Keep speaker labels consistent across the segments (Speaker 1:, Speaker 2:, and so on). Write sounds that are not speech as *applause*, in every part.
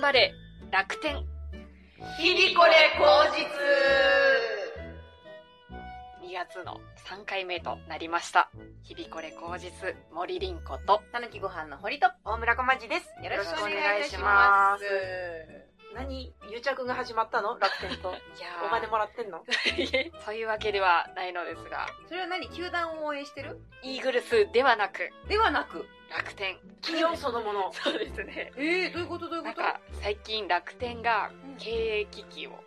Speaker 1: 張れ楽天
Speaker 2: 日々これ口実
Speaker 1: 2月の3回目となりました日々これ口実森凛子と
Speaker 2: たぬきご飯の堀と
Speaker 3: 大村こまじです。
Speaker 2: よろしくお願いします
Speaker 3: 何癒着が始まったの楽天
Speaker 2: *laughs*
Speaker 3: と。
Speaker 1: いや
Speaker 3: お
Speaker 1: *laughs*
Speaker 3: 金もらってんの
Speaker 1: ーそういうわけではないのですが
Speaker 2: それは何球団を応援してる
Speaker 1: イーグルスではなく
Speaker 2: ではなく
Speaker 1: 楽天
Speaker 3: 企業そのもの。
Speaker 1: そうですね
Speaker 2: えー、どういうことどういう
Speaker 1: なん
Speaker 2: こと
Speaker 1: か最近楽天が
Speaker 2: うん
Speaker 1: 経営危機を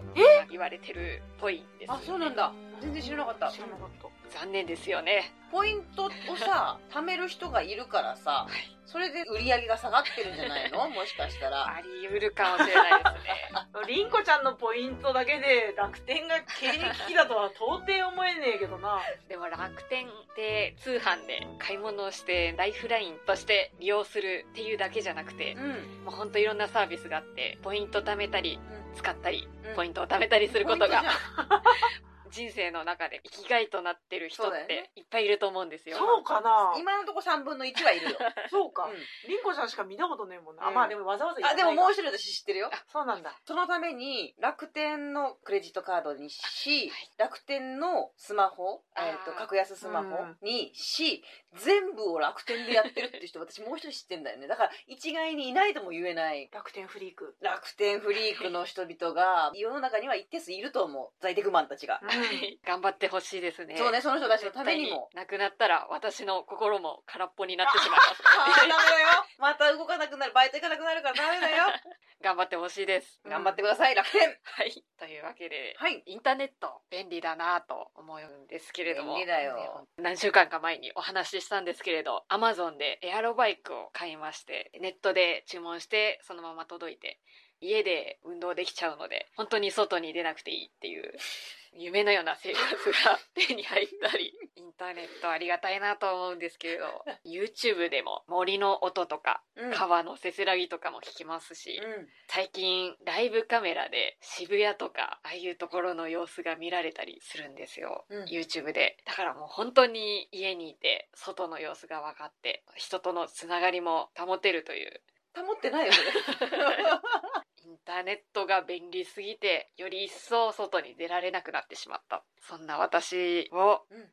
Speaker 1: 言われてるっぽいんです
Speaker 2: あそうなんだ全然知らなかった
Speaker 3: 知らなかった。
Speaker 1: 残念ですよね
Speaker 2: ポイントをさ貯める人がいるからさ
Speaker 1: はい
Speaker 2: それで売り上げが下がってるんじゃな
Speaker 1: *laughs*
Speaker 2: いのもしかしたら
Speaker 1: あり得るかもしれないですね *laughs*
Speaker 3: りんこちゃんのポイントだけで楽天が経営危機だとは到底思えねえけどな。
Speaker 1: でも楽天で通販で買い物をしてライフラインとして利用するっていうだけじゃなくて
Speaker 2: う、ん
Speaker 1: もうほんといろんなサービスがあって、ポイント貯めたり、
Speaker 2: う
Speaker 1: 使ったり、
Speaker 2: うん
Speaker 1: ポイントを貯めたりすること
Speaker 2: ポイント
Speaker 1: が *laughs*
Speaker 2: じゃん、
Speaker 1: 人生の中で生きがいとなってる人
Speaker 2: そ
Speaker 1: っ
Speaker 2: うだよね
Speaker 1: ていっぱいいると思うんですよ。
Speaker 3: そうかな
Speaker 2: 今のところ3分の1はいるよ、
Speaker 3: そう
Speaker 2: う
Speaker 3: か。
Speaker 2: ん
Speaker 3: りんこちゃんしか見たことねえもんな。あ
Speaker 2: うん
Speaker 3: まあでもわざわざ言わ
Speaker 2: あ
Speaker 3: な
Speaker 2: で
Speaker 3: いか
Speaker 2: ももう一人私知ってるよ
Speaker 3: そうなんだ。
Speaker 2: そのために楽天のクレジットカードにし、楽天のスマホ、
Speaker 1: あー
Speaker 2: えー、と格安スマホにし、全部を楽天でやってるっていう人私もう一人知ってんだよねだから一概にいないとも言えない
Speaker 3: 楽天フリーク。
Speaker 2: 楽天フリークの人々が世の中には一定数いると思う在テクマンたちが、
Speaker 1: はい頑張ってほしいですね。
Speaker 2: そうねその人たちのためにも
Speaker 1: 絶対に。なくなったら私の心も空っぽになってしまいます。
Speaker 2: あーダメだよまた動かなくなるバイト行かなくなるからダメだよ
Speaker 1: 頑張ってほしいです。
Speaker 3: うん
Speaker 2: 頑張ってください楽天
Speaker 1: はい。というわけで、
Speaker 2: はい
Speaker 1: インターネット便利だなぁと思うんですけれども
Speaker 2: 便利だよ
Speaker 1: ね何週間か前にお話ししたんですけれどアマゾンでエアロバイクを買いましてネットで注文してそのまま届いて家で運動できちゃうので本当に外に出なくていいっていう夢のような生活が手に入ったりインターネットありがたいなと思うんですけれど YouTube でも森の音とか
Speaker 2: うん、
Speaker 1: 川のせせらぎとかも聞きますし、
Speaker 2: うん
Speaker 1: 最近ライブカメラで渋谷とかああいうところの様子が見られたりするんですよ、
Speaker 2: うん
Speaker 1: YouTube でだからもう本当に家にいて外の様子が分かって人とのつながりも保てると
Speaker 2: *laughs*
Speaker 1: いう
Speaker 2: 保ってないよそれ
Speaker 1: インターネットが便利すぎてより一層外に出られなくなってしまったそんな私を
Speaker 2: うん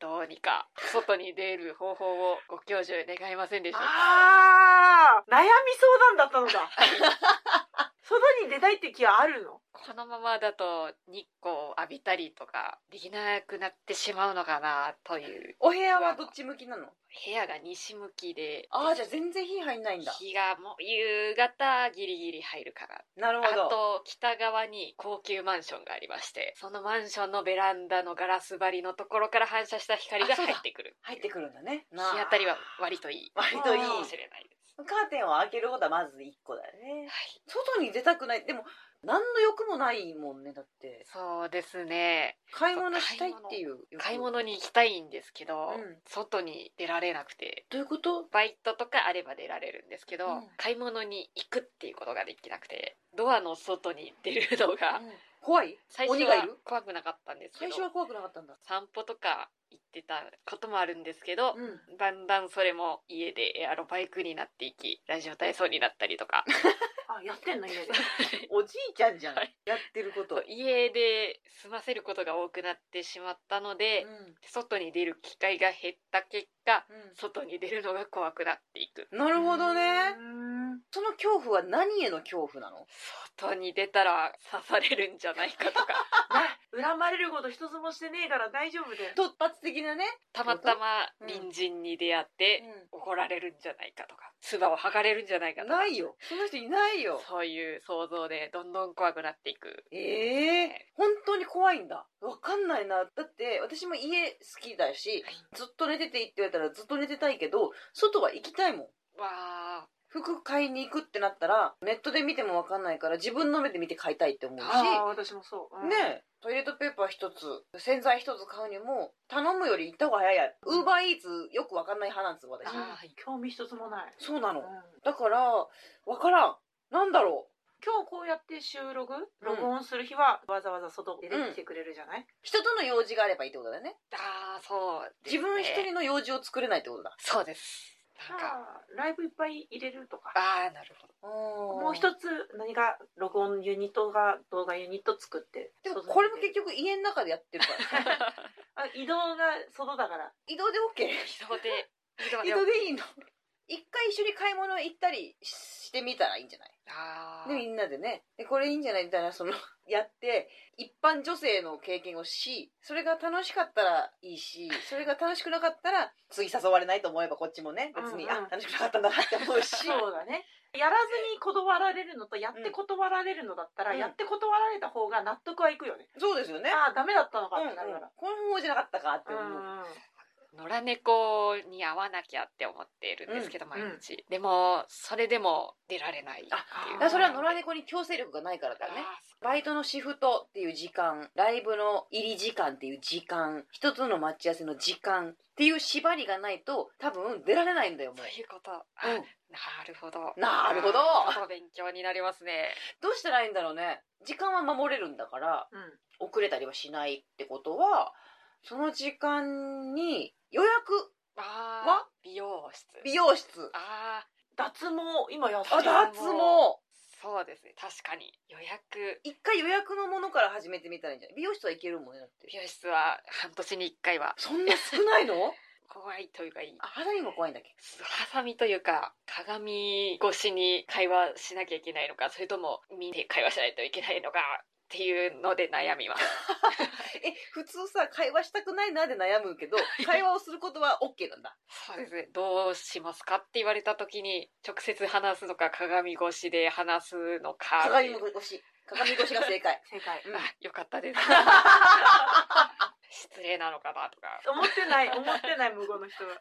Speaker 1: どうにか外に出る方法をご教授願いませんでしょうか
Speaker 3: あー、悩み相談だったのだ。
Speaker 2: *laughs*
Speaker 3: 外に出たいって気はあるの
Speaker 1: このままだと日光を浴びたりとかできなくなってしまうのかなという
Speaker 2: お部屋はどっち向きなの
Speaker 1: 部屋が西向きで
Speaker 2: ああじゃあ全然火入んないんだ
Speaker 1: 日がもう夕方ギリギリ入るかな
Speaker 2: なるほ
Speaker 1: あ
Speaker 2: ど
Speaker 1: と北側に高級マンションがありましてそのマンションのベランダのガラス張りのところから反射した光が
Speaker 2: あそう
Speaker 1: 入
Speaker 2: だ
Speaker 1: ってくる
Speaker 2: 入ってくるんだね
Speaker 1: 日
Speaker 2: なあ
Speaker 1: 当たりは割といい
Speaker 2: 割といい
Speaker 1: かもしれないです、
Speaker 2: カーテンを開けることはまず一個だよ
Speaker 1: は
Speaker 2: ね
Speaker 1: い、
Speaker 2: 外に出たくないでも何の欲もないもんねだって
Speaker 1: そうですね
Speaker 2: 買い物したいっていう欲
Speaker 1: 買い物に行きたいんですけど、
Speaker 2: うん
Speaker 1: 外に出られなくて
Speaker 2: どういうこと
Speaker 1: バイトとかあれば出られるんですけど、
Speaker 2: うん
Speaker 1: 買い物に行くっていうことができなくてドアの外に出るのが
Speaker 2: 怖い
Speaker 1: 最初
Speaker 2: 鬼がい
Speaker 1: は
Speaker 2: る
Speaker 1: 怖くなかったんですけ
Speaker 2: 最
Speaker 1: ど
Speaker 2: 初は怖くなかったんだ
Speaker 1: 散歩とか行ってたこともあるんですけど、
Speaker 2: うん
Speaker 1: だんだんそれも家でエアロバイクになっていきラジオ体操になったりとか
Speaker 3: あ、やってんの家で。
Speaker 2: おじいちゃんじゃん
Speaker 1: は
Speaker 2: や
Speaker 1: い
Speaker 2: ってること
Speaker 1: 家で済ませることが多くなってしまったので、
Speaker 2: う
Speaker 1: 外に出る機会が減った結果
Speaker 2: んうん
Speaker 1: 外に出るのが怖くなっていく
Speaker 2: なるほど
Speaker 3: う
Speaker 2: ね
Speaker 3: ーん。
Speaker 2: その恐怖は何への恐怖なの
Speaker 1: 外に出たら刺されるんじゃないかとか
Speaker 3: 恨まれること一つもしてねえから大丈夫だよ。
Speaker 2: 突発的なね
Speaker 1: たまたま隣人に出会って怒られるんじゃないかとか唾を吐かれるんじゃないかとか
Speaker 2: ないよその人いないよ
Speaker 1: そういう想像でどんどん怖くなっていく
Speaker 2: ええ本当に怖いんだ。わかんないな。だって、私も家好きだし、ずっと寝てていいって言われたらずっと寝てたいけど、外は行きたいもん。
Speaker 1: わあ
Speaker 2: 服買いに行くってなったら、ネットで見てもわかんないから、自分の目で見て買いたいって思うし、
Speaker 3: ああ、私もそう。うん
Speaker 2: ねえ、トイレットペーパー一つ、洗剤一つ買うにも、頼むより行った方が早いや。ウーバーイーツよくわかんない派なんですよ、私
Speaker 1: あ。ー
Speaker 3: うん興味一つもない。
Speaker 2: そうな
Speaker 3: うん
Speaker 2: の。だから、わからん。なんだろう。
Speaker 3: 今日こうやって収録
Speaker 2: うん
Speaker 3: 録音する日はわざわざ外出てきてくれるじゃない、
Speaker 2: 人との用事があればいいってことだよね。
Speaker 1: あーそうです
Speaker 2: 自
Speaker 1: ね
Speaker 2: 分一人の用事を作れないってことだ。
Speaker 1: そうですなんか
Speaker 3: ライブいっぱい入れるとか
Speaker 1: ああなる
Speaker 2: *laughs*
Speaker 1: ほど
Speaker 2: も
Speaker 3: もう一つ何が録音ユニットが動画ユニット作って
Speaker 2: でもこれも
Speaker 3: 外に
Speaker 2: 結局家の中でやってるから
Speaker 3: *laughs* あ移動が外だから
Speaker 2: 移動で OK
Speaker 1: 移動で移動
Speaker 2: 移動でいいの一回一緒に買い物行ったりしてみたらいいんじゃない
Speaker 1: ああ
Speaker 2: でみんなでねえこれいいんじゃないみたいなその *laughs* やって一般女性の経験をしそれが楽しかったらいいしそれが楽しくなかったら次誘われないと思えばこっちもね別に、
Speaker 3: うんうん
Speaker 2: あ楽しくなかったんだなって思
Speaker 3: *laughs*
Speaker 2: うし
Speaker 3: そうだねやらずに断られるのとやって断られるのだったら、
Speaker 2: うん
Speaker 3: やって断られた方が納得はいくよね、
Speaker 2: そうですよね
Speaker 3: ああダメだったのか
Speaker 2: う
Speaker 3: っ
Speaker 2: んうん
Speaker 3: てなるから、
Speaker 2: この方法じゃなかったかって思う、
Speaker 3: うん
Speaker 1: 野良猫に会わなきゃって思っているんですけど、
Speaker 3: うん
Speaker 1: 毎日、でもそれでも出られないっていう
Speaker 2: だ
Speaker 3: あ
Speaker 2: からそれは野良猫に強制力がないからだよね
Speaker 1: あー
Speaker 2: バイトのシフトっていう時間ライブの入り時間っていう時間人との待ち合わせの時間っていう縛りがないと多分出られないんだよもう
Speaker 1: そういうこと、あ
Speaker 2: うん
Speaker 1: なるほど
Speaker 2: なるほど
Speaker 1: ちょっと勉強になりますね
Speaker 2: どうしたらいいんだろうね時間は守れるんだから
Speaker 3: うん
Speaker 2: 遅れたりはしないってことはその時間に予約
Speaker 1: あー
Speaker 2: わ
Speaker 1: 美容室
Speaker 2: 美容室
Speaker 1: ああ
Speaker 3: 脱毛今やって
Speaker 2: あ
Speaker 3: る
Speaker 2: 脱毛
Speaker 1: そうですね確かに予約
Speaker 2: 一回予約のものから始めてみたらいいんじゃない美容室はいけるもんねだって
Speaker 1: 美容室は半年に1回は
Speaker 2: そんな少ないの
Speaker 1: 怖いというかいい
Speaker 2: あ肌にも怖いんだっけ
Speaker 1: ハサミというか鏡越しに会話しなきゃいけないのかそれとも見て会話しないといけないのかっていうので悩みます
Speaker 2: え普通さ会話したくないなで悩むけど会話をすることは OK なんだ
Speaker 1: そうですねどうしますかって言われた時に直接話すのか鏡越しで話すのか
Speaker 2: 鏡越し鏡越しが
Speaker 3: *laughs*
Speaker 2: 正解
Speaker 3: 正解
Speaker 1: あよかったです
Speaker 2: *laughs*
Speaker 1: 失礼なのかなとか
Speaker 3: 思ってない思ってない無言の人が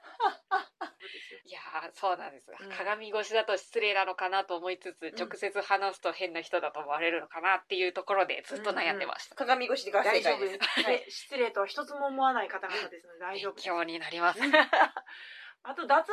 Speaker 1: いやーそうなんです、
Speaker 3: うん
Speaker 1: 鏡越しだと失礼なのかなと思いつつ、
Speaker 2: ん
Speaker 1: 直接話すと変な人だと思われるのかなっていうところでずっと悩んでました、
Speaker 2: 鏡越しが
Speaker 3: 大
Speaker 2: 正
Speaker 3: 丈
Speaker 2: 解
Speaker 3: 夫
Speaker 2: で
Speaker 3: ですす、で失礼とは一つも思わない方々ですので大丈夫
Speaker 1: 勉
Speaker 3: です
Speaker 1: 強になります
Speaker 3: あと脱毛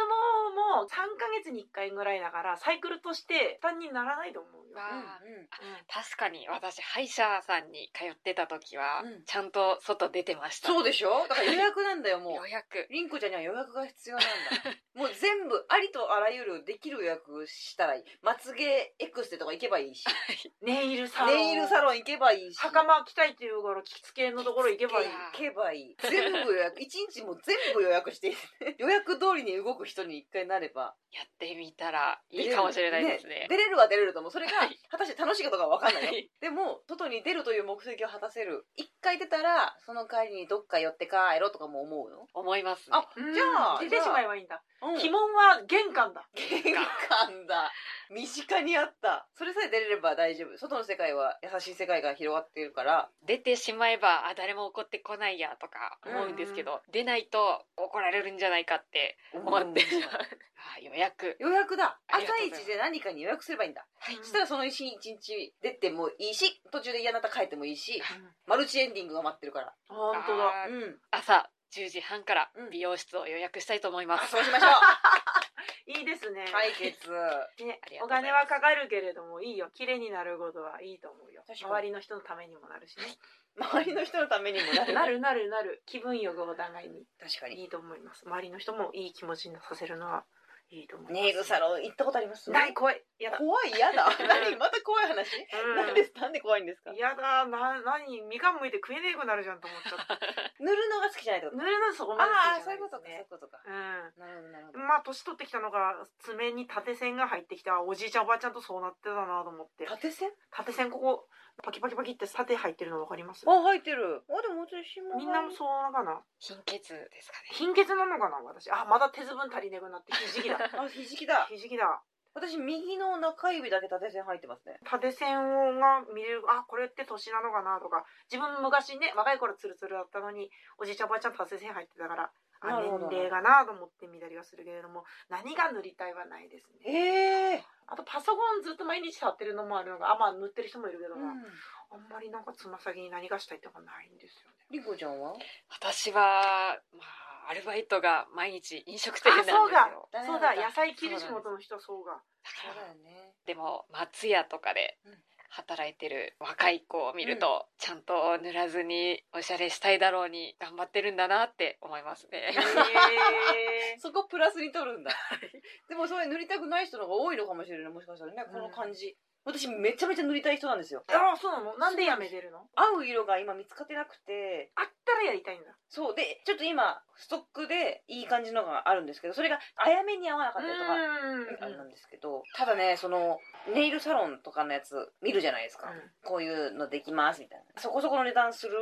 Speaker 3: も3ヶ月に1回ぐらいだからサイクルとして負担にならないと思うよ。
Speaker 1: わあ
Speaker 2: う
Speaker 3: うん
Speaker 1: 確かに私歯医者さんに通ってた時は、
Speaker 2: うん
Speaker 1: ちゃんと外出てました
Speaker 2: んそうでしょだから予約なんだよも
Speaker 1: 予
Speaker 2: う
Speaker 1: 約
Speaker 2: りんこちゃんには予約が必要なん
Speaker 3: *laughs*
Speaker 2: だもう全部ありとあらゆるできる予約したらいいまつげエクステとか行けばい
Speaker 3: *laughs*
Speaker 2: いし
Speaker 3: ネイルサロン。
Speaker 2: ネイルサロン行けばいいし
Speaker 3: 袴着たいっていうから着付けのところ行けばいい
Speaker 1: 着。
Speaker 2: 行けばいい全部予約一日もう全部予約して *laughs* 予約通りに動く人に一回なれば
Speaker 1: やってみたらいいかもしれないですね
Speaker 2: 出れるは出れると思うそれが
Speaker 1: はい
Speaker 2: 果たして楽しいことかわかんないよ、
Speaker 1: はい
Speaker 2: でも外に出るという目的を果たせる一回出たらその帰りにどっか寄って帰ろうとかも思うの
Speaker 1: 思います、ね
Speaker 2: あ、じゃあ
Speaker 3: 出てしまえばいいんだ。
Speaker 2: うん
Speaker 3: 鬼門は玄関だ。
Speaker 2: 玄関だ身近にあったそれさえ出れれば大丈夫外の世界は優しい世界が広がっているから
Speaker 1: 出てしまえばあ誰も怒ってこないやとか思うんですけど、出ないと怒られるんじゃないかって思 *laughs* って、
Speaker 2: うん
Speaker 1: あ予約
Speaker 2: 予約だ
Speaker 1: あ
Speaker 2: 朝
Speaker 1: りがとうございます
Speaker 2: 一で何かに予約すればいいんだ
Speaker 1: はい
Speaker 2: そしたらその一日出てもいいし途中で嫌になったら帰ってもいいし
Speaker 3: うん
Speaker 2: マルチエンディングが待ってるから
Speaker 3: 本当だ。
Speaker 1: あ
Speaker 2: う
Speaker 1: ー
Speaker 2: ん
Speaker 1: 朝10時半から
Speaker 2: うん
Speaker 1: 美容室を予約したいと思いま
Speaker 2: あ
Speaker 1: す、
Speaker 2: そうしましょう
Speaker 1: *laughs*
Speaker 3: いいですね。
Speaker 2: 解決
Speaker 3: ね
Speaker 1: ありがとうご
Speaker 3: お
Speaker 1: ざいます
Speaker 3: 金はかかるけれどもいいよ。綺麗になることはいいと思うよ。
Speaker 2: 確かに
Speaker 3: 周りの人のためにもなるしね。
Speaker 2: 周りの人のためにもなる
Speaker 3: なるなるなる。気分よくお互いに
Speaker 2: 確かに
Speaker 3: いいと思います。周りの人もいい気持ちにさせるのはいいと思います。
Speaker 2: ネイルサロン行ったことあります
Speaker 3: ない怖い。やだ。
Speaker 2: 怖い嫌 *laughs* だ何また怖い話
Speaker 3: うん
Speaker 2: なんですなんで怖いんですか塗
Speaker 3: やだな何みかんむいて食えねえくなるじゃんと思っちゃった
Speaker 2: るのが好きじゃ *laughs* ないってこと
Speaker 3: 塗るのそこまで
Speaker 2: ああ
Speaker 3: 好きじゃ
Speaker 2: そう
Speaker 3: ないいう
Speaker 2: ことか
Speaker 3: です
Speaker 2: そういうことかなるほどなるほ
Speaker 3: う
Speaker 2: ど
Speaker 3: んまあ年取ってきたのが爪に縦線が入ってきてあおじいちゃんおばあちゃんとそうなってたなと思って
Speaker 2: 縦線
Speaker 3: 縦線ここパキパキパキって縦入ってるの分かります
Speaker 2: あ入ってるあでも私も
Speaker 3: みんなもそうなのかな
Speaker 1: *laughs* 貧血ですかね
Speaker 3: 貧血なのかな私あまだ手分足りねくなってひじ
Speaker 2: *laughs*
Speaker 3: きだ
Speaker 2: あひじきだ
Speaker 3: ひじきだ
Speaker 2: 私右の中指だけ縦線入ってますね
Speaker 3: 縦線をが見れるあこれって年なのかなとか自分昔ね若い頃ツルツルだったのにおじいちゃんおばあちゃん縦線入ってたから
Speaker 2: な
Speaker 3: あ
Speaker 2: るほど
Speaker 3: 年齢がなと思って見たりはするけれども何が塗りたいはないですね
Speaker 2: へえ
Speaker 3: あとパソコンずっと毎日触ってるのもあるのがあまあ塗ってる人もいるけどな、あんまりなんかつま先に何がしたいとかないんですよね
Speaker 2: りんこちゃんは
Speaker 1: 私はまあアルバイトが毎日飲食店なんですよ
Speaker 3: あそうだ
Speaker 1: だ
Speaker 2: 誰
Speaker 3: そ
Speaker 2: 々
Speaker 3: うだ
Speaker 2: だ
Speaker 3: 野菜切る仕事の人はそうが
Speaker 2: そ
Speaker 1: か
Speaker 2: う
Speaker 1: ら
Speaker 2: だよね
Speaker 1: でも松屋とかで
Speaker 2: うん
Speaker 1: 働いてる若い子を見ると、ちゃんと塗らずにおしゃれしたいだろうに頑張ってるんだなって思いますね。
Speaker 3: へ
Speaker 2: そこプラスに取るんだ。でもそれ塗りたくない人の方が多いのかもしれない。もしかしたらね、この感じ。私めちゃめちゃ塗りたい人なんですよ。
Speaker 3: ああそうなのなんでやめてるの
Speaker 2: 合う色が今見つかってなくて、
Speaker 3: あったらやりたいんだ
Speaker 2: そう。で、ちょっと今、ストックでいい感じのがあるんですけど、それがあやめに合わなかったりとか、あれなんですけど、ただね、その、ネイルサロンとかのやつ見るじゃないですか。こういうのできますみたいな。そこそこの値段する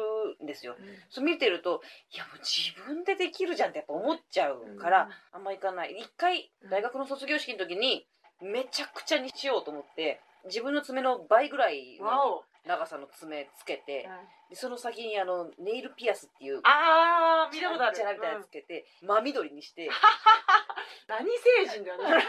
Speaker 2: んですよ。そう見てると、いやもう自分でできるじゃんってやっぱ思っちゃうから、あんまいかない。一回、大学の卒業式の時に、めちゃくちゃにしようと思って、自分の爪の倍ぐらい
Speaker 3: わ
Speaker 2: の
Speaker 3: お、
Speaker 2: 長さの爪つけて、
Speaker 3: あ
Speaker 2: でその先にあの、ネイルピアスっていう、
Speaker 3: あー見たことある
Speaker 2: ちゃらみたいなのつけて、真緑にして、
Speaker 3: 何成人だよね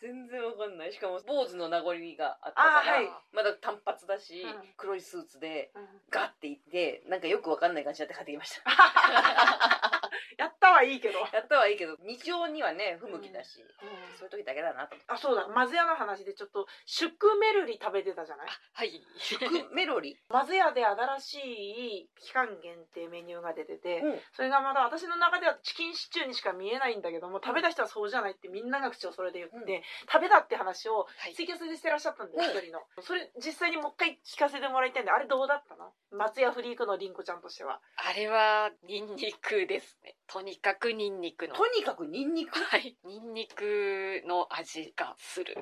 Speaker 2: 全然わかんない。しかも、坊主の名残があった
Speaker 3: あ
Speaker 2: か
Speaker 3: ー
Speaker 2: ら、
Speaker 1: *laughs*
Speaker 3: はい
Speaker 2: まだ短髪だし、
Speaker 3: うん
Speaker 2: 黒いスーツで、
Speaker 3: うん
Speaker 2: ガッていって、なんかよくわかんない感じになって買ってきました。
Speaker 3: やったはいいけど
Speaker 2: やったはいいけど、日常にはね、不向きだし、そういう時だけだなと思って。
Speaker 3: あそうだマズヤの話でちょっとシュクメルリ食べてたじゃない
Speaker 1: はい。
Speaker 2: クメロリ、
Speaker 3: マズヤで新しい期間限定メニューが出てて、
Speaker 2: うん
Speaker 3: それがまだ私の中ではチキンシチューにしか見えないんだけども食べた人はそうじゃないってみんなが口をそれで言って、
Speaker 2: うん
Speaker 3: 食べたって話を
Speaker 1: *laughs* はい
Speaker 3: ツイキャスでしてらっしゃったんです
Speaker 2: うん
Speaker 3: 一人のそれ実際にもう一回聞かせてもらいたいんであれどうだったの松屋フリークのりんこちゃんとしては
Speaker 1: あれはニンニクですね。とにかくニンニクの。
Speaker 2: とにかくニンニク
Speaker 1: はい。ニンニクの味がする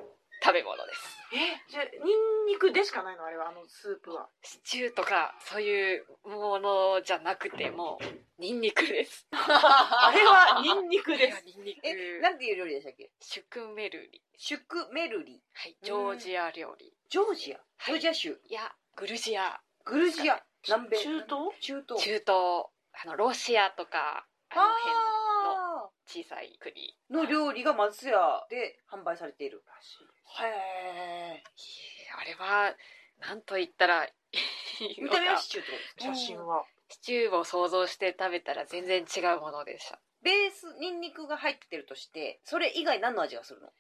Speaker 1: 食べ物です。
Speaker 3: えじゃあニンニクでしかないのあれはあのスープ
Speaker 2: *laughs*
Speaker 3: は
Speaker 1: シチューとかそういうものじゃなくてもうニンニク
Speaker 2: *laughs*
Speaker 1: です。
Speaker 3: あれはニンニク
Speaker 1: これ
Speaker 3: で
Speaker 1: は
Speaker 3: す
Speaker 1: ニンニク。
Speaker 2: え、なんていう料理でしたっけ
Speaker 1: シュクメルリ。
Speaker 2: シュクメルリ。
Speaker 1: はい。ジョージア料理。
Speaker 2: ジョージア。
Speaker 1: は
Speaker 2: ジ
Speaker 1: い
Speaker 2: ョージア州。
Speaker 1: いや、グルジア、
Speaker 2: グルジア。 *laughs* 南米。
Speaker 3: 中東
Speaker 2: 中東。
Speaker 1: 中東、あの、ロシアとか、あの辺、
Speaker 2: あ
Speaker 1: 小さい国。いや
Speaker 2: ーの料理が松屋で販売されている。へえ。
Speaker 1: あれは、なんと言ったらいい
Speaker 2: 見
Speaker 1: の
Speaker 2: た
Speaker 1: か
Speaker 2: 目はシチューってこと
Speaker 3: 写
Speaker 2: です
Speaker 3: 真
Speaker 2: ね
Speaker 3: は
Speaker 1: シチューを想像して食べたら全然違うものでした。
Speaker 2: ベース、ニンニクが入ってるとして、それ以外何の味がするの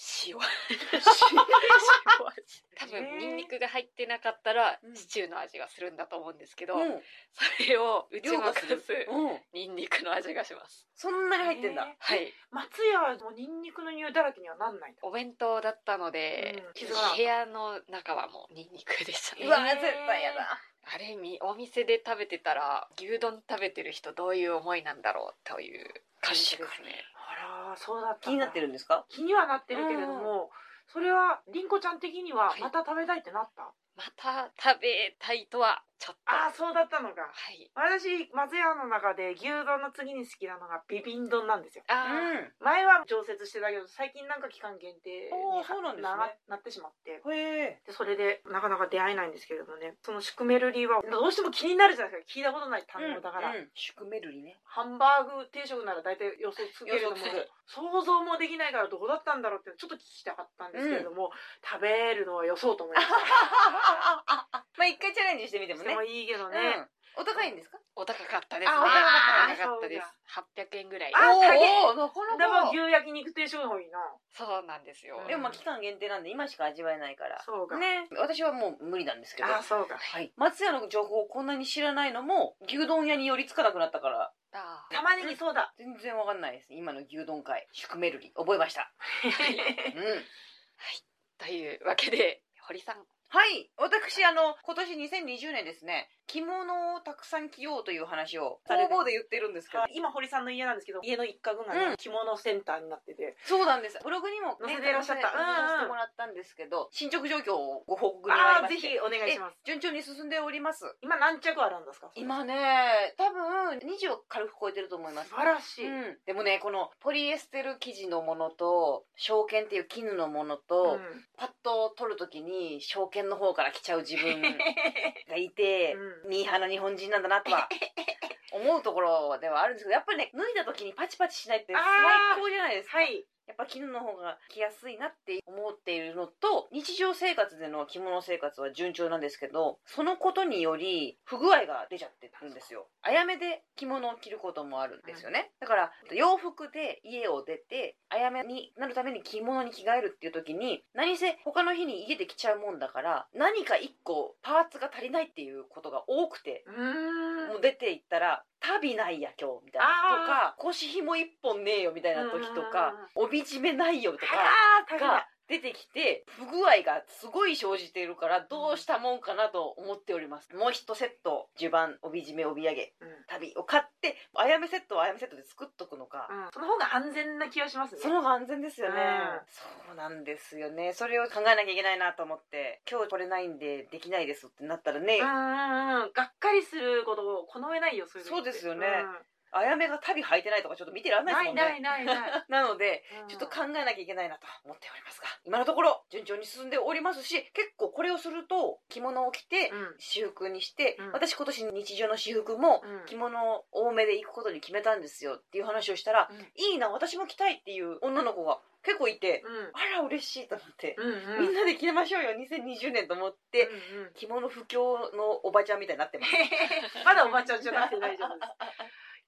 Speaker 2: *laughs*
Speaker 1: 塩。多
Speaker 3: へー
Speaker 1: 分、ニンニクが入ってなかったら
Speaker 2: う、ん
Speaker 1: シチューの味がするんだと思うんですけど、
Speaker 2: うん。
Speaker 1: それを打ち
Speaker 2: 量
Speaker 1: ま
Speaker 2: が
Speaker 1: か
Speaker 2: する
Speaker 1: す。
Speaker 2: うん。
Speaker 1: ニンニクの味がします。
Speaker 2: そんなに入ってんだ
Speaker 3: へー。
Speaker 1: はい。
Speaker 3: 松屋はもうニンニクの匂いだらけにはなんないんだ
Speaker 1: お弁当だったので、
Speaker 3: うん気づかなかった
Speaker 1: 部屋の中はもうニンニクでしたね
Speaker 2: うわ、絶対やだ。
Speaker 1: あれみお店で食べてたら牛丼食べてる人どういう思いなんだろうという感じで
Speaker 2: 確
Speaker 1: すね
Speaker 3: あらそうだったんだ
Speaker 2: 気になってるんですか
Speaker 3: 気にはなってるけれども、それはりんこちゃん的には
Speaker 1: はい
Speaker 3: また食べたいってなった、
Speaker 1: また食べたいとはちょっと
Speaker 3: あ
Speaker 1: は
Speaker 3: あそうだったのか
Speaker 1: い
Speaker 3: 私松屋の中で牛丼の次に好きなのがビビン丼なんですよ
Speaker 1: あー、
Speaker 2: う
Speaker 3: 前は常設してたけど最近なんか期間限定に
Speaker 2: おーそうなんですね
Speaker 3: なってしまって
Speaker 2: ん。へえ。
Speaker 3: でそれでなかなか出会えないんですけれどもねそのシュクメルリーはどうしても気になるじゃないですか聞いたことない単語だから、
Speaker 2: うんうんシュクメルリね
Speaker 3: ハンバーグ定食なら大体予想つくけれども
Speaker 2: 予想つく
Speaker 3: 想像もできないからどうだったんだろうってちょっと聞きたかったんですけれども、食べるのはよそうと思いました
Speaker 2: まあ一回チャレンジしてみても
Speaker 3: し
Speaker 2: ね
Speaker 3: てもいいけど
Speaker 2: う
Speaker 3: ね、
Speaker 2: んお高いんですか
Speaker 1: お高かったですね
Speaker 3: あお高った
Speaker 2: か
Speaker 3: ね
Speaker 1: お高かったです800円ぐらい
Speaker 3: あ高い
Speaker 2: おーなか
Speaker 3: でも
Speaker 2: なか
Speaker 3: 牛焼肉定食の方がいいな
Speaker 1: そうなんですよ
Speaker 2: でもまあ期間限定なんで今しか味わえないから
Speaker 3: そうか、
Speaker 2: ね私はもう無理なんですけど
Speaker 3: あそうか
Speaker 2: はい松屋の情報をこんなに知らないのも牛丼屋に寄りつかなくなったから
Speaker 1: あー
Speaker 3: 玉ねぎそうだ、
Speaker 2: 全然わかんないです今の牛丼界シュクメルリ覚えましたうん
Speaker 1: というわけで堀さん
Speaker 2: はい私あの今年2020年ですね着物をたくさん着ようという話を
Speaker 3: されてます
Speaker 2: 工房で言ってるんですけど
Speaker 3: *laughs* 今堀さんの家なんですけど家の一角がね、
Speaker 2: うん
Speaker 3: 着物センターになってて
Speaker 2: そうなんです。ブログにも
Speaker 3: 載せてらっしゃった
Speaker 2: 載せ
Speaker 3: うんうん
Speaker 2: てもらったんですけど、進捗状況をご報告になり
Speaker 3: ああ
Speaker 2: ま
Speaker 3: ぜ
Speaker 2: して。
Speaker 3: ひお願いします
Speaker 2: え順調に進んでおります。
Speaker 3: 今何着あるんですか
Speaker 2: 今ね、多分20を軽く超えてると思います
Speaker 3: 素。晴らし
Speaker 2: う
Speaker 3: い、
Speaker 2: ん、でもねこのポリエステル生地のものと証券っていう絹のものと、
Speaker 3: うん
Speaker 2: パッと取る時に証券の方から来ちゃう自 *laughs* 分がいて
Speaker 3: う
Speaker 2: ミーハーな日本人なんだなとは思うところではあるんですけどやっぱりね脱いだ時にパチパチしないって最高じゃないですか。
Speaker 3: はい
Speaker 2: やっぱ絹の方が着やすいなって思っているのと、日常生活での着物生活は順調なんですけど、そのことにより不具合が出ちゃってるんですよ。あやめで着物を着ることもあるんですよね。だから、洋服で家を出て、あやめになるために着物に着替えるっていう時に、何せ他の日に家で着ちゃうもんだから、何か一個パーツが足りないっていうことが多くて、
Speaker 3: うーん
Speaker 2: もう出て行ったら「足袋ないや今日」みたいなとか「腰紐一本ねえよ」みたいな時とか「帯締めないよ」とか
Speaker 3: あー大変だ
Speaker 2: が出てきて不具合がすごい生じているからどうしたもんかなと思っております。もう一セット襦袢帯締め帯揚げ
Speaker 3: うん
Speaker 2: 旅を買ってあやめセットはあやめセットで作っとくのか、
Speaker 3: うんその方が安全な気がしますね
Speaker 2: その方が安全ですよね、
Speaker 3: うん
Speaker 2: そうなんですよねそれを考えなきゃいけないなと思って今日これないんでできないですってなったらね、
Speaker 3: うんうんうんがっかりすることをこの上ないよそういう時って
Speaker 2: そうですよねあやめが旅履いてないとかちょっと見てらん
Speaker 3: うん
Speaker 2: ないです
Speaker 3: な
Speaker 2: も
Speaker 3: い
Speaker 2: んね
Speaker 3: ないないない
Speaker 2: なので
Speaker 3: うん
Speaker 2: ちょっと考えなきゃいけないなと思っておりますが今のところ順調に進んでおりますし結構これをすると着物を着て
Speaker 3: うん
Speaker 2: 私服にして、
Speaker 3: うん
Speaker 2: 私今年日常の私服も
Speaker 3: うん
Speaker 2: 着物多めで行くことに決めたんですよっていう話をしたら、
Speaker 3: うん
Speaker 2: いいな私も着たいっていう女の子が結構いて、
Speaker 3: うん
Speaker 2: あら嬉しいと思って、
Speaker 3: うんうん
Speaker 2: みんなで着れましょうよ2020年と思って、
Speaker 3: うんうん
Speaker 2: 着物不況のおばちゃんみたいになって
Speaker 3: *laughs*
Speaker 2: ます
Speaker 3: まだおばちゃんじゃなくて大丈夫 *laughs*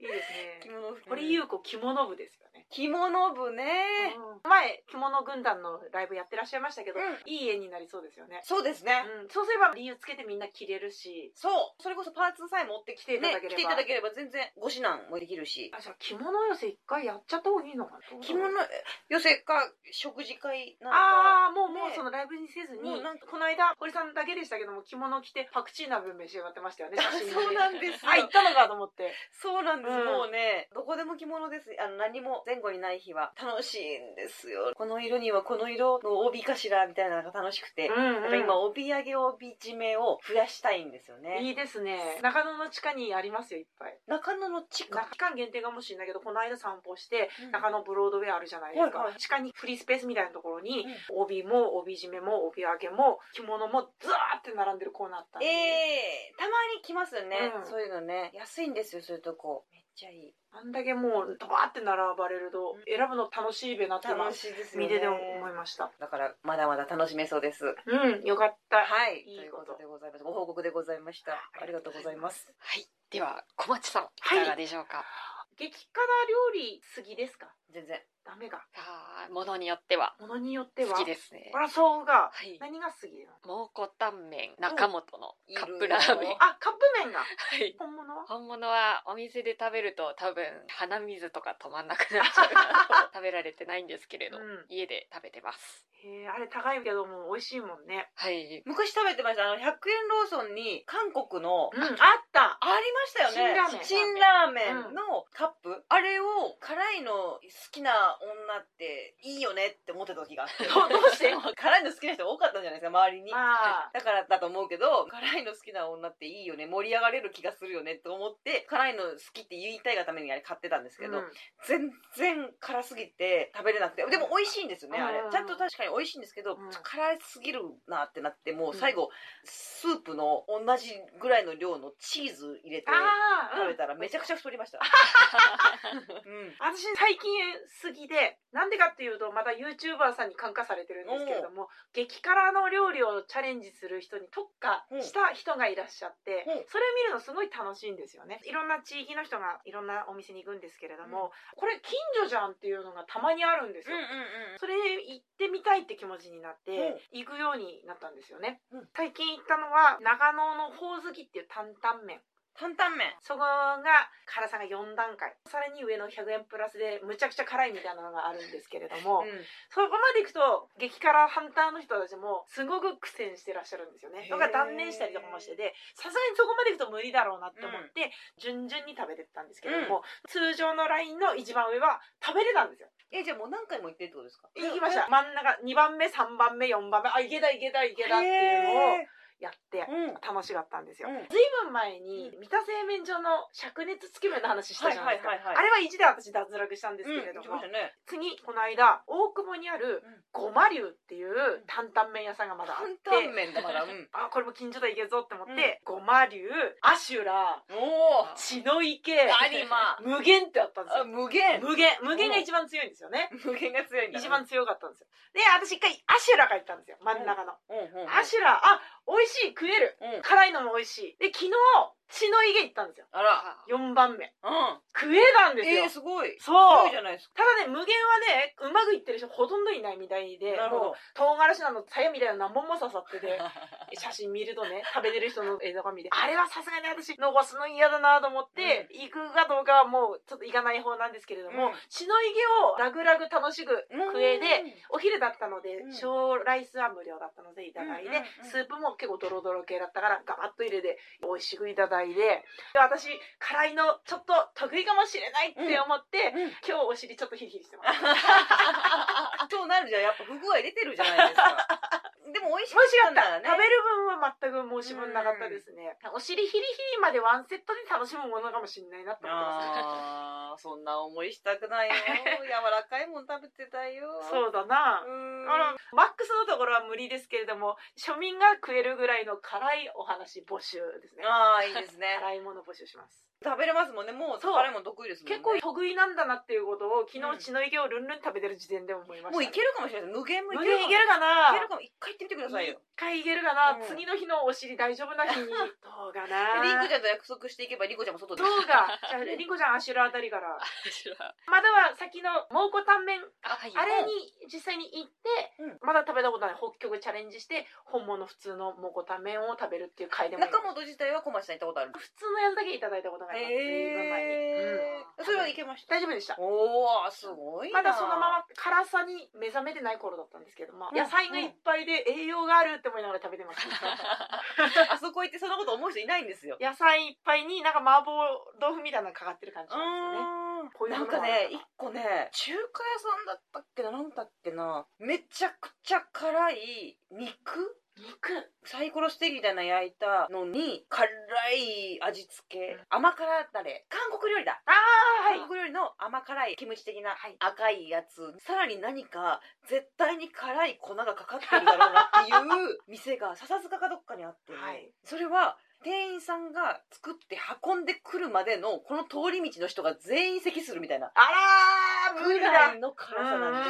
Speaker 3: ですいいです
Speaker 2: 着
Speaker 3: ね
Speaker 2: 物不況
Speaker 3: 堀井優子着物部ですよね
Speaker 2: 着物部ね、
Speaker 3: うん前着物軍団のライブやってらっしゃいましたけど、
Speaker 2: う
Speaker 3: いい絵になりそうですよね、
Speaker 2: そうですね、
Speaker 3: うん、そうすれば理由つけてみんな着れるし
Speaker 2: そうそれこそパーツさえ持ってきて、ね、
Speaker 3: 来
Speaker 2: 来
Speaker 3: て
Speaker 2: て
Speaker 3: い
Speaker 2: い
Speaker 3: た
Speaker 2: た
Speaker 3: だ
Speaker 2: だければ全然ご指南もできるし
Speaker 3: あじゃあ着物寄せ一回やっちゃった方がいいのかな
Speaker 2: 着物寄せか食事会なんか
Speaker 3: ああもう
Speaker 2: ね
Speaker 3: もうそのライブにせず
Speaker 2: も
Speaker 3: に
Speaker 2: うなんか
Speaker 3: この間堀さんだけでしたけども着物着てパクチー鍋召し上がってま *laughs* したよね写真で
Speaker 2: そうなんですよ
Speaker 3: あ行ったのかと思って
Speaker 2: そうなん
Speaker 3: う
Speaker 2: です、
Speaker 3: ん
Speaker 2: もうねどこでも着物ですあの何も前後にない日は楽しいんですよこの色にはこの色の帯かしらみたいなのが楽しくて、
Speaker 3: うん
Speaker 2: やっぱ今帯揚げ帯締めを増やしたいんですよね
Speaker 3: いいですね中野の地下にありますよいっぱい
Speaker 2: 中野の地下
Speaker 3: 期間限定かもしれないけどこの間散歩して
Speaker 2: うん
Speaker 3: 中野ブロードウェアあるじゃないですか、
Speaker 2: はいはい
Speaker 3: 地下にフリースペースみたいなところに、帯も帯締めも帯揚げも着物もずーって並んでるコーナーあったん
Speaker 2: え
Speaker 3: で、
Speaker 2: えたまに来ますよね、
Speaker 3: うん
Speaker 2: そういうのね安いんですよそういうとこめっちゃいい
Speaker 3: あんだけもうドバーって並ばれると
Speaker 2: うん
Speaker 3: 選ぶの楽しいべなって今
Speaker 2: 楽しいですよね
Speaker 3: 見てて思いました
Speaker 2: だからまだまだ楽しめそうですは
Speaker 3: うんよかった
Speaker 2: い
Speaker 3: いい
Speaker 2: という
Speaker 3: こと
Speaker 2: ことでございますご報告でございましたありがとうございます
Speaker 1: はい。では、小町さん、
Speaker 3: はい
Speaker 1: いかがでしょうか、
Speaker 3: 激辛料理好きですか
Speaker 2: 全然
Speaker 3: ダメか
Speaker 1: あーものによっては、
Speaker 3: ものによっては
Speaker 1: 好きですね
Speaker 3: あ。らそう
Speaker 1: は
Speaker 3: が
Speaker 1: い。
Speaker 3: 何が好きなの
Speaker 1: 蒙古タンメン中本の
Speaker 2: うん
Speaker 1: カップラーメン。
Speaker 2: いるよ
Speaker 1: は
Speaker 3: あカップ麺が
Speaker 1: い。
Speaker 3: 本物は
Speaker 1: 本物はお店で食べると多分鼻水とか止まんなくなっちゃうから
Speaker 3: *laughs*
Speaker 1: 食べられてないんですけれど、
Speaker 3: うん
Speaker 1: 家で食べてます。
Speaker 3: へえあれ高いけども美味しいもんね
Speaker 1: はい。
Speaker 2: 昔食べてましたあの100円ローソンに韓国の
Speaker 3: うんあった
Speaker 2: ありましたよね
Speaker 3: 辛
Speaker 2: 辛ラーメ
Speaker 3: ン
Speaker 2: ンのカップ、あれを辛いの好きな女っていいよねって思ってた時があ *laughs* って
Speaker 3: どどうして
Speaker 2: 辛いの好きな人多かったんじゃないですか周りに
Speaker 3: まあ
Speaker 2: だからだと思うけど辛いの好きな女っていいよね盛り上がれる気がするよねと思って辛いの好きって言いたいがためにあれ買ってたんですけど、
Speaker 3: うん
Speaker 2: 全然辛すぎて食べれなくてでも美味しいんですよね、あれ
Speaker 3: うん
Speaker 2: ちゃんと確かに美味しいんですけど、
Speaker 3: うん
Speaker 2: 辛すぎるなってなってもう最後、スープの同じぐらいの量のチーズ入れて
Speaker 3: ああ、
Speaker 2: 食べたらめちゃく
Speaker 3: ちゃ
Speaker 2: ちゃ太りました、うん
Speaker 3: 私最近好きでなんでかっていうとまた YouTuber さんに感化されてるんですけれども激辛の料理をチャレンジする人に特化した人がいらっしゃって
Speaker 2: うん
Speaker 3: それ見るのすごい楽しいんですよねいろんな地域の人がいろんなお店に行くんですけれどもこれ近所じゃんっていうのがたまにあるんですよそれ行ってみたいって気持ちになって、行くようになったんですよね、
Speaker 2: うん
Speaker 3: 最近行ったのは長野のほおずきっていう担々麺
Speaker 2: 担々麺
Speaker 3: そこが辛さが4段階さらに上の100円プラスでむちゃくちゃ辛いみたいなのがあるんですけれども、そこまでいくと激辛ハンターの人たちもすごく苦戦してらっしゃるんですよね
Speaker 2: へー
Speaker 3: とか断念したりとかもしててさすがにそこまでいくと無理だろうなって思って、順々に食べてったんですけれども、通常のラインの一番上は食べれたんですよ
Speaker 2: えじゃあもう何回も行ってるってことですか
Speaker 3: 行きました真ん中2番目3番目4番目あいけたいけたいけたっていうのをやって
Speaker 2: のを、うん
Speaker 3: 楽しかったんですよ
Speaker 2: うん
Speaker 3: 随分前に三田製麺所の灼熱つけ麺の話したじゃないですか
Speaker 2: はいはいは
Speaker 3: あれは
Speaker 2: いはい
Speaker 3: 意地で私脱落したんですけれど
Speaker 2: うん行きま
Speaker 3: も、
Speaker 2: したね
Speaker 3: 次この間大久保にあるごま流っていう担々麺屋さんがまだあって
Speaker 2: 担々麺だから、うん、
Speaker 3: あこれも近所で行けるぞって思って、ごま流アシュラ
Speaker 2: おお
Speaker 3: 血の池
Speaker 2: 有馬
Speaker 3: 無限ってあったんです
Speaker 2: あ
Speaker 3: よ
Speaker 2: 無限
Speaker 3: 無限無限が一番強いんですよね
Speaker 2: 無限が強いんだ
Speaker 3: 一番強かったんですよで私一回アシュラが行ったんですよ真ん中の、
Speaker 2: うんうんうん
Speaker 3: アシュラあ美味しい食える
Speaker 2: うん
Speaker 3: 辛いのも美味しいで昨日ちの家行ったんですよ。
Speaker 2: あら。
Speaker 1: あ
Speaker 3: 4番目。
Speaker 2: うん。
Speaker 3: クエなんです
Speaker 2: え
Speaker 3: よ。
Speaker 2: ー、すごい。す
Speaker 3: そ
Speaker 2: ご
Speaker 3: う
Speaker 2: いじ。ゃないですか。
Speaker 3: ただね、無限はね、うまくいってる人ほとんどいないみたいで、
Speaker 2: なる
Speaker 3: もう
Speaker 2: ほど。
Speaker 3: 唐辛子なの鞘みたいな何本も刺さってて、
Speaker 2: *laughs*
Speaker 3: 写真見るとね、食べてる人の映像が見て、あれはさすがに私残すの嫌だなと思って、行くかどうかはもうちょっと行かない方なんですけ
Speaker 2: *laughs*
Speaker 3: れども、
Speaker 2: うん
Speaker 3: 血の池をラグラグ楽しく
Speaker 2: うん
Speaker 3: クエで、お昼だったので、
Speaker 2: うん
Speaker 3: 小ライスは無料だったのでいただいて、
Speaker 2: うんうんうん
Speaker 3: スープも結構ドロドロ系だったからガバッと入れて美味しくいただいてで私辛いのちょっと得意かもしれないって思って、
Speaker 2: うん
Speaker 3: 今日お尻ちょっとヒリヒリしてます
Speaker 2: *laughs* そうなるじゃん。やっぱ不具合出てるじゃないですか。 *laughs* でも美味しか
Speaker 3: もし
Speaker 2: っ
Speaker 3: か
Speaker 2: た
Speaker 3: っ
Speaker 2: ん
Speaker 3: た
Speaker 2: だ
Speaker 3: ら
Speaker 2: ね。
Speaker 3: 食べる分は全く申し分なかったですね、お尻ヒリヒリまでワンセットで楽しむものかもしれないなと思ってますね
Speaker 2: あーそんな思いしたくないよ。 *laughs* 柔らかいもん食べてたいよ。う。
Speaker 3: そうだな、
Speaker 2: ん。
Speaker 3: あのマックスのところは無理ですけれども庶民が食えるぐらいの辛いお話募集ですね
Speaker 2: ああ、いいですね。
Speaker 3: 辛いもの募集します
Speaker 2: 食べれますもんね。もう
Speaker 3: そう
Speaker 2: 辛いもん得意ですもんね。
Speaker 3: 結構得意なんだなっていうことを昨
Speaker 2: うん
Speaker 3: 日血の池をルンルン食べてる時点で思いました、
Speaker 2: もういけるかもしれない。無限もい
Speaker 3: 無
Speaker 2: ける
Speaker 3: 限い
Speaker 2: かも。
Speaker 3: けるか
Speaker 2: いけ
Speaker 3: な
Speaker 2: るかも。一回行ってみてくださいよ。
Speaker 3: 一回いけるかな、
Speaker 2: うん
Speaker 3: 次の日のお尻大丈夫な日に *laughs* どうかな
Speaker 2: リンコちゃんと約束していけばリンコちゃんも外で
Speaker 3: ど。うかじゃあリンコちゃんアシュラあたりから
Speaker 1: あ
Speaker 3: まだは先の蒙古タンメン
Speaker 1: はい *laughs*
Speaker 3: あれに実際に行って、
Speaker 2: う
Speaker 3: まだ食べたことない北極チャレンジして本物普通の蒙古タンメンを食べるっていう回でもいい
Speaker 2: 中本自体は小町さん行ったことある。
Speaker 3: 普通のやつだけいただいたことがあります、随分前に、うん
Speaker 2: それはいけました。
Speaker 3: 大丈夫でした
Speaker 2: おお、すごいな。
Speaker 3: まだそのまま辛さに目覚めてない頃だったんですけど、まあ、
Speaker 2: うん
Speaker 3: 野菜がいっぱいで栄養があるって思いながら食べてました
Speaker 2: *laughs* あそこ行ってそんなこと思う人いないんですよ。
Speaker 3: 野菜いっぱいになんか麻婆豆腐みたいなのかかってる感じなんですよね
Speaker 2: なん
Speaker 3: こういうものも
Speaker 2: か
Speaker 3: ある
Speaker 2: ね一個ね中華屋さんだったっけななんだっけなめちゃくちゃ辛い肉
Speaker 3: 肉
Speaker 2: サイコロステーキみたいなの焼いたのに辛い味付け甘辛だれ韓国料理だ
Speaker 3: ああはい
Speaker 2: 韓国料理の甘辛いキムチ的な赤いやつさらに何か絶対に辛い粉がかかってるだろうなっていう店が笹塚かどっかにあってね、
Speaker 3: はい
Speaker 2: それは店員さんが作って運んでくるまでのこの通り道の人が全員席するみたいな
Speaker 3: あらー無
Speaker 2: ぐ
Speaker 3: 理
Speaker 2: ら
Speaker 3: だ
Speaker 2: いの辛さ
Speaker 3: うんう
Speaker 2: なんで
Speaker 3: んうん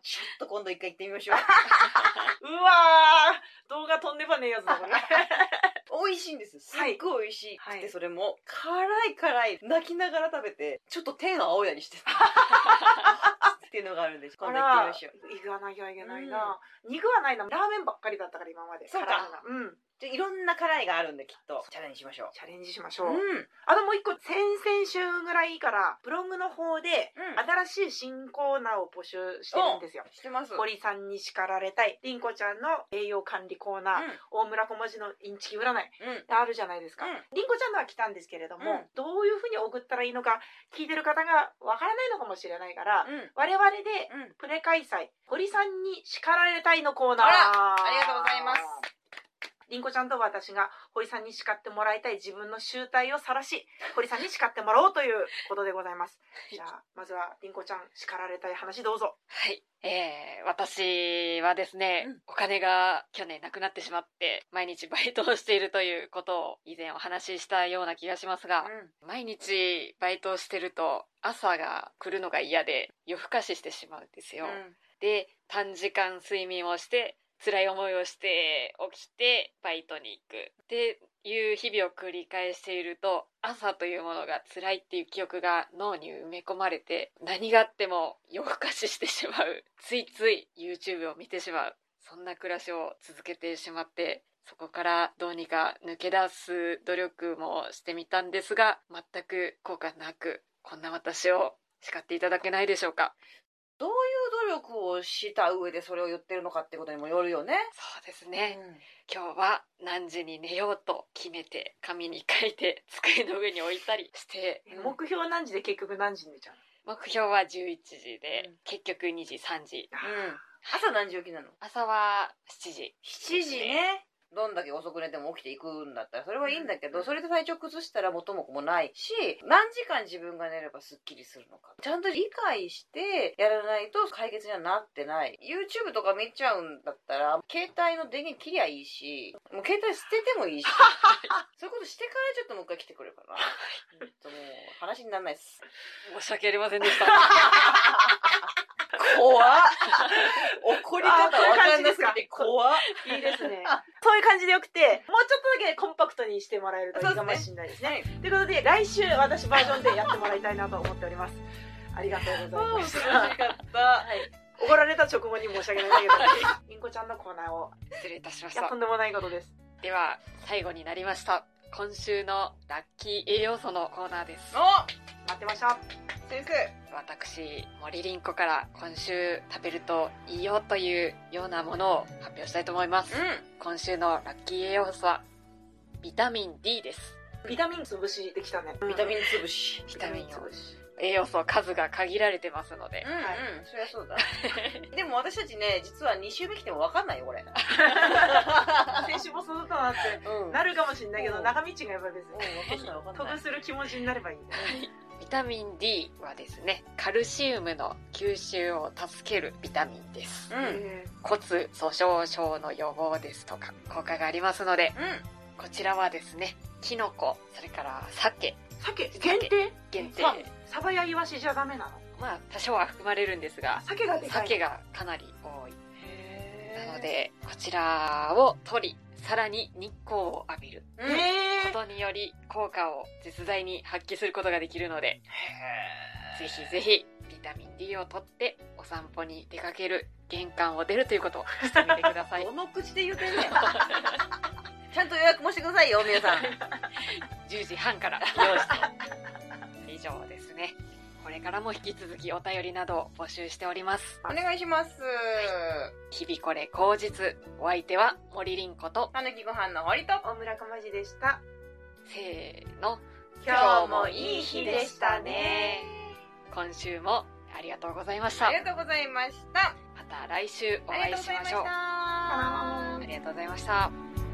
Speaker 2: ちょっと今度一回行ってみましょう
Speaker 3: うわー動画飛んでばねえやつだこ
Speaker 2: *laughs*
Speaker 3: れ
Speaker 2: 美味しいんですよすっごい美味しい、
Speaker 3: はい
Speaker 2: でそれも辛い辛い泣きながら食べてちょっと天を青やにして
Speaker 3: *laughs*
Speaker 2: っていうのがあるんです今度行ってみましょう
Speaker 3: 行かなきゃいけないな、肉はないなラーメンばっかりだったから今まで
Speaker 2: そうか
Speaker 3: 辛いのがうん
Speaker 2: じゃあいろんな辛いがあるんできっとチャレンジしましょう
Speaker 3: チャレンジしましょう、
Speaker 2: うん
Speaker 3: あともう一個先々週ぐらいからブログの方で
Speaker 2: うん
Speaker 3: 新しい新コーナーを募集してるんですよ
Speaker 2: してます
Speaker 3: 堀さんに叱られたいりんこちゃんの栄養管理コーナー、大村小文字のインチキ占い
Speaker 2: うんうん
Speaker 3: あるじゃないですか、
Speaker 2: うん
Speaker 3: りんこちゃんのは来たんですけれども、
Speaker 2: うん
Speaker 3: どういうふうに送ったらいいのか聞いてる方がわからないのかもしれないから、
Speaker 2: うん
Speaker 3: 我々で
Speaker 2: うん
Speaker 3: プレ開催堀さんに叱られたいのコーナー
Speaker 2: あらありがとうございます
Speaker 3: りんこちゃんと私が堀さんに叱ってもらいたい自分の集体を晒し堀さんに叱ってもらおうということでございます
Speaker 1: い
Speaker 3: じゃあまずはりんこちゃん叱られたい話どうぞ
Speaker 1: はい。えー、私はですね、
Speaker 2: うん
Speaker 1: お金が去年なくなってしまって、毎日バイトをしているということを以前お話ししたような気がしますが、毎日バイトをしてると朝が来るのが嫌で夜更かししてしまうんですよ。で、短時間睡眠をして、辛い思いをして起きてバイトに行くっていう日々を繰り返していると朝というものが辛いっていう記憶が脳に埋め込まれて何があっても夜更かししてしまうついつい YouTube を見てしまうそんな暮らしを続けてしまってそこからどうにか抜け出す努力もしてみたんですが全く効果なくこんな私を叱っていただけないでしょうか
Speaker 2: どういう努力をした上でそれを言ってるのかってことにもよるよね
Speaker 1: そうですね、今日は何時に寝ようと決めて紙に書いて机の上に置いたりして
Speaker 2: うん
Speaker 3: 目標何時で結局何時に寝ちゃう
Speaker 1: 目標は11時で、
Speaker 2: うん
Speaker 1: 結局2時3時
Speaker 2: うん朝何時起きなの
Speaker 1: 朝は7時
Speaker 2: 7時ねどんだけ遅く寝ても起きていくんだったらそれはいいんだけどそれで体調崩したら元も子もないし何時間自分が寝ればすっきりするのかちゃんと理解してやらないと解決にはなってない YouTube とか見ちゃうんだったら携帯の電源切りゃいいしもう携帯捨てても *laughs* いいしそういうことしてからちょっともう一回来てくれるかなほんともう話にならないです
Speaker 1: 申し訳ありませんでした
Speaker 2: 怖っ *laughs* 怒り方わかんなすぎて怖っ
Speaker 3: *laughs* いいですね。そういう感じでよくて、もうちょっとだけコンパクトににしてもらえるといいかもしれないです
Speaker 2: は
Speaker 3: ね。
Speaker 2: い
Speaker 3: ということで、来週私バージョンでやってもらいたいなと思っております。ありがとうございま *laughs* した。
Speaker 2: た
Speaker 3: 怒られた直後に申し訳ないんだけど、 *laughs* りんこちゃんのコーナーを。
Speaker 1: *laughs* 失礼いたしまし
Speaker 3: いや、
Speaker 1: た
Speaker 3: とんでもないことです。
Speaker 1: では最後になりました今週のラッキー栄養素のコーナーです
Speaker 2: お
Speaker 3: 待ってました。
Speaker 2: 先生
Speaker 1: 私森凛子から今週食べるといいよというようなものを発表したいと思います
Speaker 2: う
Speaker 1: 今週のラッキー栄養素はビタミン D です
Speaker 3: ビタミン潰しできたね。
Speaker 2: んビタミン潰し
Speaker 1: ビタミンを
Speaker 3: ビ潰し。
Speaker 1: 栄養素数が限られてますので
Speaker 2: うんうんそりゃ *laughs* そうだでも私たちね実は2週目来ても分かんないよこれ
Speaker 3: 先週もそうだなって。
Speaker 2: うん
Speaker 3: なるかもしれないけ
Speaker 2: う
Speaker 3: ど、
Speaker 2: ん
Speaker 3: 中道がやばいです
Speaker 2: うん。分かんない分かんな
Speaker 3: 得
Speaker 2: い
Speaker 3: する気持ちになればいいんだよね。
Speaker 1: ビタミン D はですねカルシウムの吸収を助けるビタミンです
Speaker 2: うんうん
Speaker 3: え
Speaker 1: 骨粗しょう症の予防ですとか効果がありますのでこちらはですねキノコそれから鮭
Speaker 3: ー鮭限定
Speaker 1: 限定
Speaker 2: あ
Speaker 3: サバやイワシじゃダメなの
Speaker 1: まあ多少は含まれるんですが
Speaker 3: 鮭がでかい
Speaker 1: 鮭がかなり多い
Speaker 3: へー
Speaker 1: なのでこちらを取りさらに日光を浴びる
Speaker 2: う
Speaker 3: へ
Speaker 2: ん
Speaker 3: え
Speaker 1: ことにより効果を絶大に発揮することができるのでぜひぜひビタミン D を取ってお散歩に出かける玄関を出るということをしてみてくだ
Speaker 2: *laughs*
Speaker 1: さい
Speaker 2: どの口で言うてんねん *laughs* ちゃんと予約もしてくださいよ皆さん
Speaker 1: 10時半
Speaker 2: *laughs*
Speaker 1: から用意して以上ですねこれからも引き続きお便りなどを募集しております
Speaker 2: お願いします
Speaker 1: 日々これ口実お相手は森凛子と
Speaker 2: たぬきご飯の堀と
Speaker 3: 大村かまじでした
Speaker 1: せーの
Speaker 2: 今日もいい日でしたね
Speaker 1: 今週もありがとうございました
Speaker 2: あ
Speaker 1: ま
Speaker 2: りがとうございました
Speaker 1: た来週お
Speaker 2: あ
Speaker 1: 会い
Speaker 2: りがと
Speaker 1: し
Speaker 2: うござい
Speaker 1: ま
Speaker 2: まし
Speaker 1: しょう
Speaker 2: た
Speaker 1: ありがとうございました